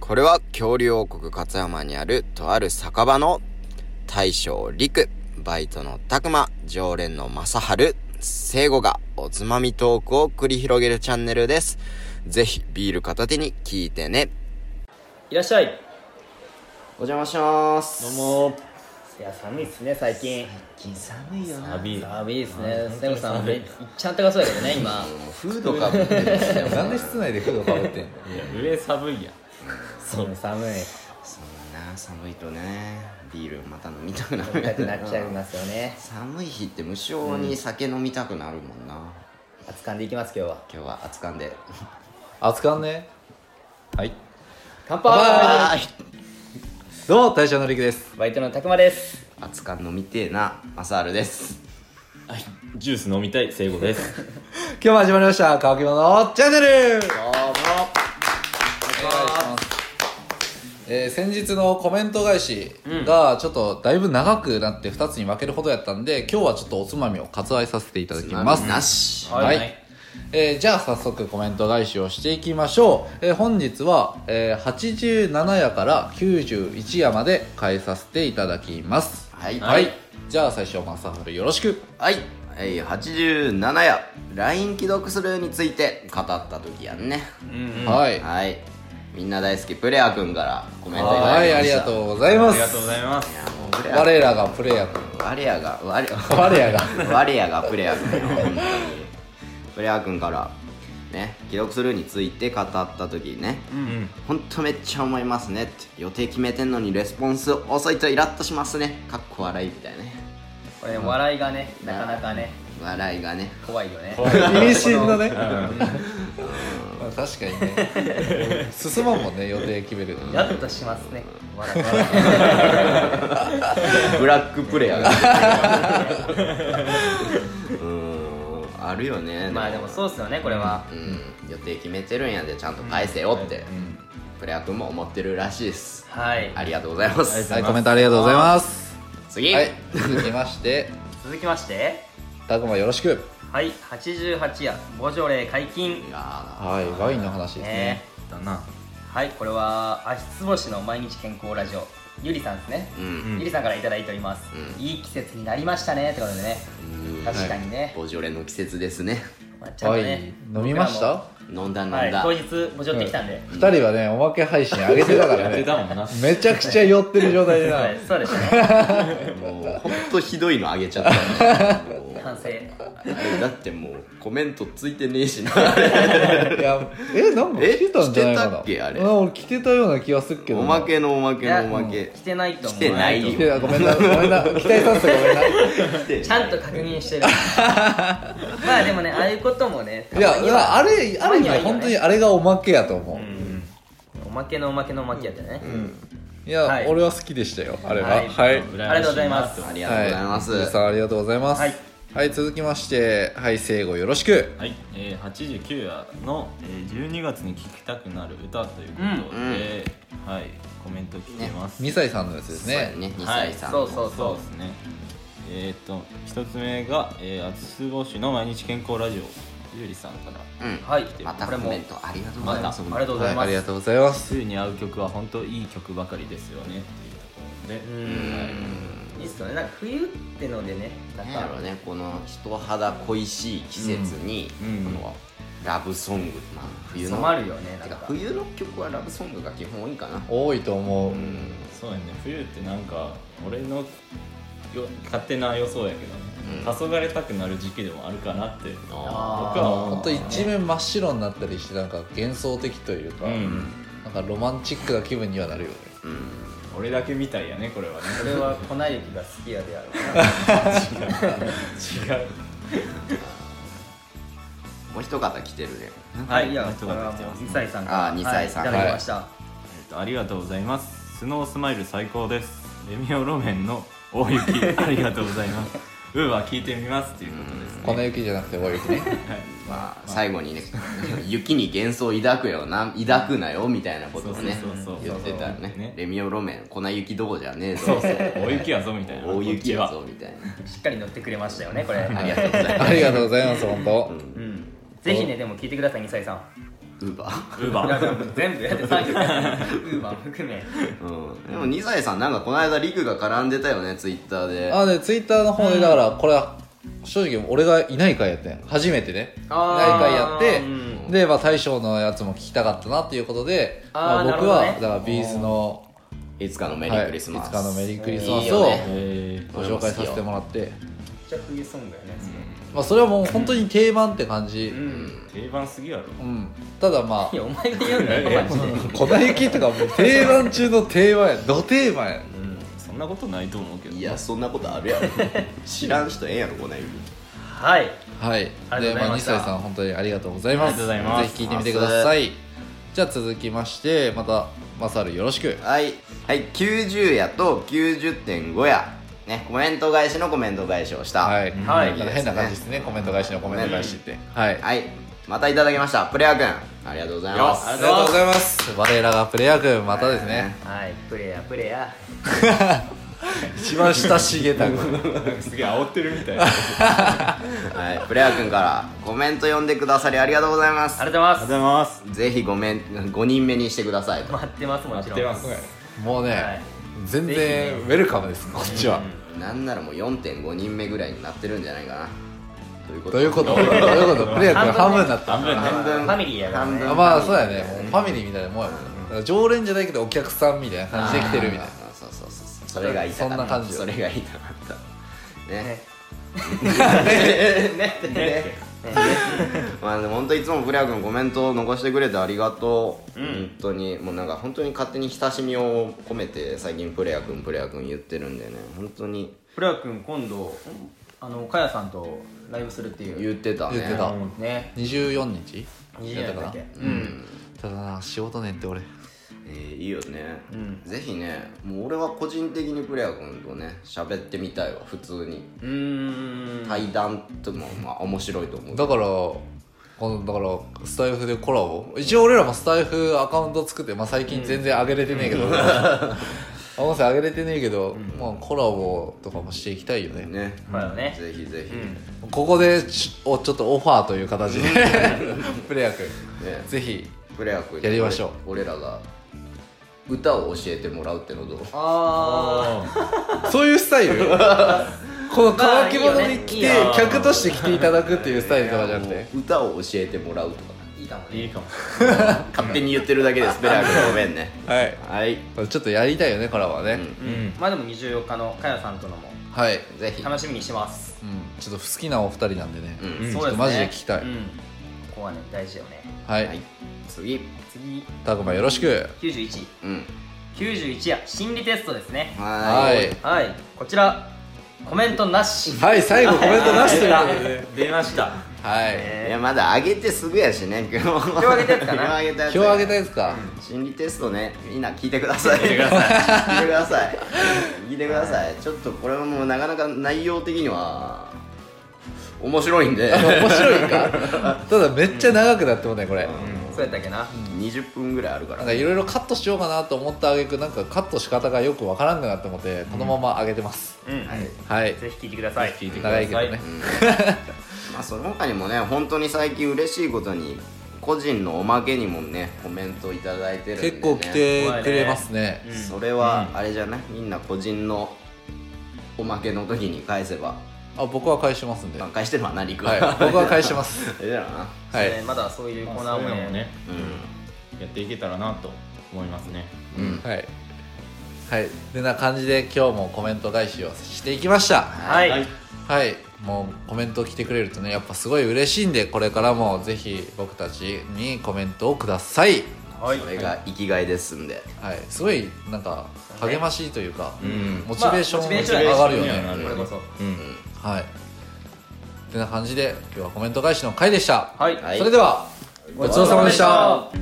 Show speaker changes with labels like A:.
A: これは恐竜王国勝山にあるとある酒場の大将陸、バイトの拓磨、常連の正春、聖護がおつまみトークを繰り広げるチャンネルです。ぜひビール片手に聞いてね。
B: いらっしゃい
A: お邪魔します。
B: どう。もいや寒いっすね最近
A: 寒いよな。
C: ビー
B: 寒いですねセムさんめっちゃ暖かそうやけどね今
D: フードかぶってんのなんで室内でフードかぶってんの
C: ル上寒いやん
B: そう寒い
A: そうだな、寒いとね、ビールまた飲みたくな
B: 痛
A: る。
B: くなっちゃいますよね
A: 寒い日って無性に酒飲みたくなるもんな。
B: 熱燗でいきます今日は
A: 今日は熱燗で。
D: 扱うねはい
B: 乾杯
D: どうも大将のりくです
B: バイトのたくまです
A: 熱燗飲みてえな、マサールです。
C: はいジュース飲みたい聖子です
D: 今日も始まりました乾き物チャンネル
B: どうも
D: お願いしますえー先日のコメント返しがちょっとだいぶ長くなって2つに分けるほどやったんで今日はちょっとおつまみを割愛させていただきます
A: なし。
D: はい、
B: はい
D: えーじゃあ早速コメント返しをしていきましょう、えー本日は、えー87夜から91夜まで変えさせていただきます
A: はい。
D: はい、じゃあ最初マサハルよろしく
A: はい、えー、87夜 LINE 既読するについて語った時やんね、
D: はい
A: はいみんな大好きプレア君からコメントいただきました
D: はいありが
A: う
D: とうございま
C: あり
D: す
C: がとうございます
A: プレア
D: 我らがプレイヤー君
A: 我やが我
D: 我やが
A: 我やがプレア君よ本当にプレア君からね既読するについて語った時ね、
C: うん
A: ほんとめっちゃ思いますねって予定決めてんのにレスポンス遅いとイラッとしますねかっこ笑いみたいなね
B: これね笑いがねなかなかね
A: 笑いがね
B: 怖いよね
D: 意味深だね、
C: うん
D: まあ、確かにね進まんもんね予定決めるの に
B: やっとしますね笑い
A: ブラックプレイヤーがうーんあるよね
B: まあでもそうっすよねこれは
A: うん、予定決めてるんやでちゃんと返せよって、プレア君も思ってるらしいです
B: はい
A: ありがとうございます、
D: はいコメントありがとうございます
A: 次、
D: はい続きまして
B: 続きまして
D: たくまよろしく
B: はい88夜ボジョレー解禁
A: いや
D: はいワインの話ですね
B: ね
C: だな
B: はいこれは足つぼしの毎日健康ラジオゆりさんですね
A: ーうん
C: うん
B: ゆりさんからいただいております、
A: う
B: いい季節になりましたねってことでね
A: うん
B: 確かにね、
A: ボジョレの季節ですね
B: まあちゃん
D: ワ
B: と
D: イ
B: ね
D: ン飲みました
A: 飲んだ飲ん
B: 僕らも
A: だ、
B: はい、当日もちろんできたんで、
D: 二人はねおまけ配信上げてたから
C: やって
D: ね
C: たもんな
D: めちゃくちゃ酔ってる状態でな
B: はい、 そうでしたね
A: もうほんとひどいのあげちゃった、ね、もう
B: 完成
A: あれだってもうコメントついてねえしな
D: いやえなんか来てたんじゃない
A: え来て
D: か
A: た
D: な
A: っけあれ
D: うん俺来てたような気がするけど
A: お
D: な
A: まけのおまけのおま
B: い
A: け
B: や来てないと思う
A: 来てないよ
D: 来てたごめんなごめんな期待させてごめんな
B: ちゃんと確認 してるまあでもねああいうこともね
D: いやいやあれある意味ね本当にあれがおまけやと思う、
B: おまけのおまけのおまけやってね、
D: いや、
B: はい
D: 俺は好きでしたよあれは
B: は
D: はいい、
C: 羨ましな
B: ありがとうございます
A: ありがとうございます、
D: は皆さんありがとうございます
B: はい、
D: はい続きましてはい聖護よろしく
C: はい、えー、89夜の、えー、12月に聴きたくなる歌ということで、はいコメント来てます、
D: 2歳さんのやつです
A: そうや
D: ね
A: ね2歳さんの、
B: はいそう
C: そうですねえー、っと一つ目が「えー、厚つぼしの毎日健康ラジオ」ゆうりさんから
A: うん
B: はい
A: また
B: これ
A: コ
B: も
A: メントありがとうご
B: ま
A: ざい
B: たあ
A: ます
B: りがとうご
D: は
B: ざい
D: い
B: ま
D: あ
B: す、
D: りがとうございます
C: 週に合う曲は本当いい曲ばかりですよねっていうところで
B: うんいいっすよねなんか冬ってのでねなん
A: なん
B: か
A: やろうねこの人肌恋しい季節に、
C: うんうん
A: このラブソング、まあ、冬
B: 染
A: の
B: まるよねな
A: て
B: ん
A: か
B: か
A: 冬の曲はラブソングが基本多いかな
D: 多いと思う、
A: うん
C: そうやね冬ってなんか俺のよ勝手な予想やけどね、黄昏れたくなる時期でもあるかなって僕
B: あー
C: は
D: ほ
C: 思
D: ん
C: う
D: と一面真っ白になったりしてなんか幻想的というか、
C: うん
D: なんかロマンチックな気分にはなるよね
C: 俺だけみたいやねこれはね
B: それは粉雪が好きやである
C: 違う
A: もう一方来てるね
B: はい、いや、
C: 人
B: こ
C: が
B: れ
C: 出
B: は
C: てきてます
B: 2歳さんから。
A: あー二歳さん
B: はい、いただきました。
C: えっとありがとうございますスノースマイル最高ですレミオロメンの大雪 ありがとうございますウーは聞いてみますっていうことですね
D: 粉雪じゃなくて大雪ね
A: まあ最後にね雪に幻想抱くよな抱くなよみたいなことをね
C: そうそうそう
A: 言
C: そう
A: ってたよね
C: ね
A: レミオロメン粉雪どこじゃねえ
C: そう
A: ぞ
C: そう大雪やぞみたいな
A: 大雪やぞ
C: こ
A: みたい
B: しっかり乗ってくれましたよね、これ。
A: なありがとうございます
D: ありがとうございます本当、
B: うん。ぜひね、でも聞いてください、2歳さん。
A: ウーバー
C: ウーバ
B: いや
C: ー
B: でも全部やって作業やって ウーバーも含め
A: うんでも二歳さんなんかこの間リクが絡んでたよねツイッターで
D: あでツイッターの方でだからこれは正直俺がいない回やってん初めてねいない
B: あー
D: 回やって、
B: う
D: で、まあ、大将のやつも聞きたかったなっていうことで
B: あ
D: ま
B: ー
D: あ、僕
B: な
D: は
B: るほどね
D: だからビーズの
A: いつかの
D: 「
A: メリ
D: は
A: ー
D: い
A: クリスマス、
D: いつかのメリークリスマ
A: いい
D: ス」
A: よ
D: を
A: ね
C: え
D: ご紹介させてもらって、
B: めっちゃ冬ソングやね
D: まあ、それはもう本当に定番って感じ、
B: う
D: うん
B: ん
C: ー定番すぎやろ
D: ただま
B: い
D: あ
B: やお前が言うなよマジ で
D: 粉雪とかもう定番中の定番やど定番や
C: うんそんなことないと思うけど
A: いやそんなことあるやろ知らん人ええやろこ ない
B: はい
D: はい
B: ありがとう
D: で、
B: ござい
D: まあ、
B: ま
D: 2
B: した
D: 歳さん本当にありがとうございます
C: ありがとうございます
D: ぜひ聞いてみてくださいじゃあ続きましてまたマサルよろしく
A: はい、はい、90やと90.5やねコメント返しのコメント返しをした
D: はい、
B: はい
D: なんか変な感じですねコメント返しのコメント返しって、はい
A: はいまたいただきましたプレア君ありがとうございます
D: ありがとうございます我らがプレイヤー君またですね、
B: はいプレイヤープレイヤ
D: 一番親しげた君
C: なんかすげえ煽ってるみたいなあり
A: はい、プレア君からコメント読んでくださりありがとうございま
B: ー
A: す
B: ありがとうございます
C: ざいます
A: ぜひごめん5人目にしてくださいと
B: 待ってますもちろん
C: す
D: もうね、
B: はい
D: 全
B: ぜ
D: 然
B: ひ
D: ウェルカムですこっちは、
A: なんならもう4.5人目ぐらいになってるんじゃないかなということ
D: どういうことどういうことプレイヤー君
B: 半
D: 半
B: 分ね
D: 分になった
C: 半分ね
A: 半分
B: ファミリーやからね
A: 半分
D: あまあそうやねもうファミリーみたいなもんやもんねだから常連じゃないけどお客さんみたいな感じで来てるみたいな
A: あーそうそうそうそうそれが痛かった
D: そんな感じよ
A: それが痛かったね
B: ね
A: ねねまあでも本当いつもプレア君コメントを残してくれてありがとう、本当にもうなんか本当に勝手に親しみを込めて最近プレア君プレア君言ってるんでね本当に
B: プレイヤー君今度あのかやさんとライブするっていう
A: 言ってたね
D: 言ってた
B: ね
D: 24日
B: 20年だっけ
A: うん
D: ただな仕事ねんって俺
A: えーいいよね、
B: うん
A: ぜひねもう俺は個人的にプレア君とね喋ってみたいわ普通に
B: うーん
A: 対談ともまあ面白いと思う
D: だからこのだからスタイフでコラボ一応俺らもスタイフアカウント作って、まあ、最近全然上げれてねえけ ど、音声上げれてねえけど、まあ、コラボとかもしていきたいよね
A: ね
B: そうだよね
A: ぜひぜひ、
D: ここでちょおちょっとオファーという形で プレイヤー君
A: ね
D: ぜひ
A: プレア君
D: やりましょう
A: 俺らが歌を教えてもらうってのどう
B: あ
C: あー
D: そういうスタイルこの乾き物
B: まあいい
D: に
B: よね
D: 来
B: いい
D: て、
B: よ
D: 客として来ていただくっていうスタイルとかじゃなくて
A: もう歌を教えてもらうとか
B: あいいかもね
C: いいかも
A: 勝手に言ってるだけですペラ君ごめんね
D: はい
A: はい
D: ちょっとやりたいよねコラボはね、
C: うん
B: まあでも24日のかやさんとのも
D: はい、
A: ぜひ
B: 楽しみにしてます
D: うん、ちょっと好きなお二人なんでね、
A: うん
C: ん
B: そう
D: ちょっとマジで聞きたい
B: うんここはね大事よね
D: はい、
A: はい次
B: 次
D: たくまよろしく
B: 9191
A: うん
B: や心理テストですね
A: はーい
D: は
B: はいこちらコメントなし
D: はい最後コメントなしということでね
C: 出ました
D: はい
A: い
B: え
A: やまだ上げてすぐやしね今日今
B: 日上げたやつかな
A: 今日上げたや
D: 今
A: つ
D: 日あげたやつか、
A: 心理テストねみんな聞いてください聞いてください聞いてくださいちょっとこれはもうなかなか内容的には面白いんで
D: 面白いかただめっちゃ長くなってもねこれ、
B: ーそうやったっけな
A: 20分ぐらいあるか
D: な
A: ら
D: んかいろいろカットしようかなと思ったあげくなんかカットし方がよくわからんくなって思ってこのまま上げてます、
B: うん
A: はい
D: はい
B: ぜひ聞いてください
C: 聞いてくだ
D: 長
C: さ
D: い
C: い
D: けどね、
A: まあその他にもね本当に最近嬉しいことに個人のおまけにもねコメントいただいてるんで、ね、
D: 結構来てくれますね
B: うん
A: それはあれじゃないみんな個人のおまけの時に返せば
D: あ僕は返しますんで、
A: まあ
D: はい、
A: 返してるわな陸
D: 僕は返します
A: あれだよな
D: はい
B: ねまだそういうコー
C: ま
B: ナ
C: あ
B: ー
C: そう
B: も
C: いうのも
B: ね
C: ねやっていけたらなと思いますね
A: うんうん
D: はいはいてな感じで今日もコメント返しをしていきました
B: はい
C: はい
D: はいもうコメント来てくれるとねやっぱすごい嬉しいんでこれからもぜひ僕たちにコメントをください
B: はい
A: それが生きがいですんで
D: はいすごいなんか励ましいというか、
C: ん
D: モチベーション
B: まあ
D: が
B: モチベーション
D: 上がるよね、
C: にはなる
B: これこそ
C: うん
D: はいてな感じで今日はコメント返しの回でした、
B: はい
A: はい
D: それではごちそうさまでした、
B: ごちそうさまでした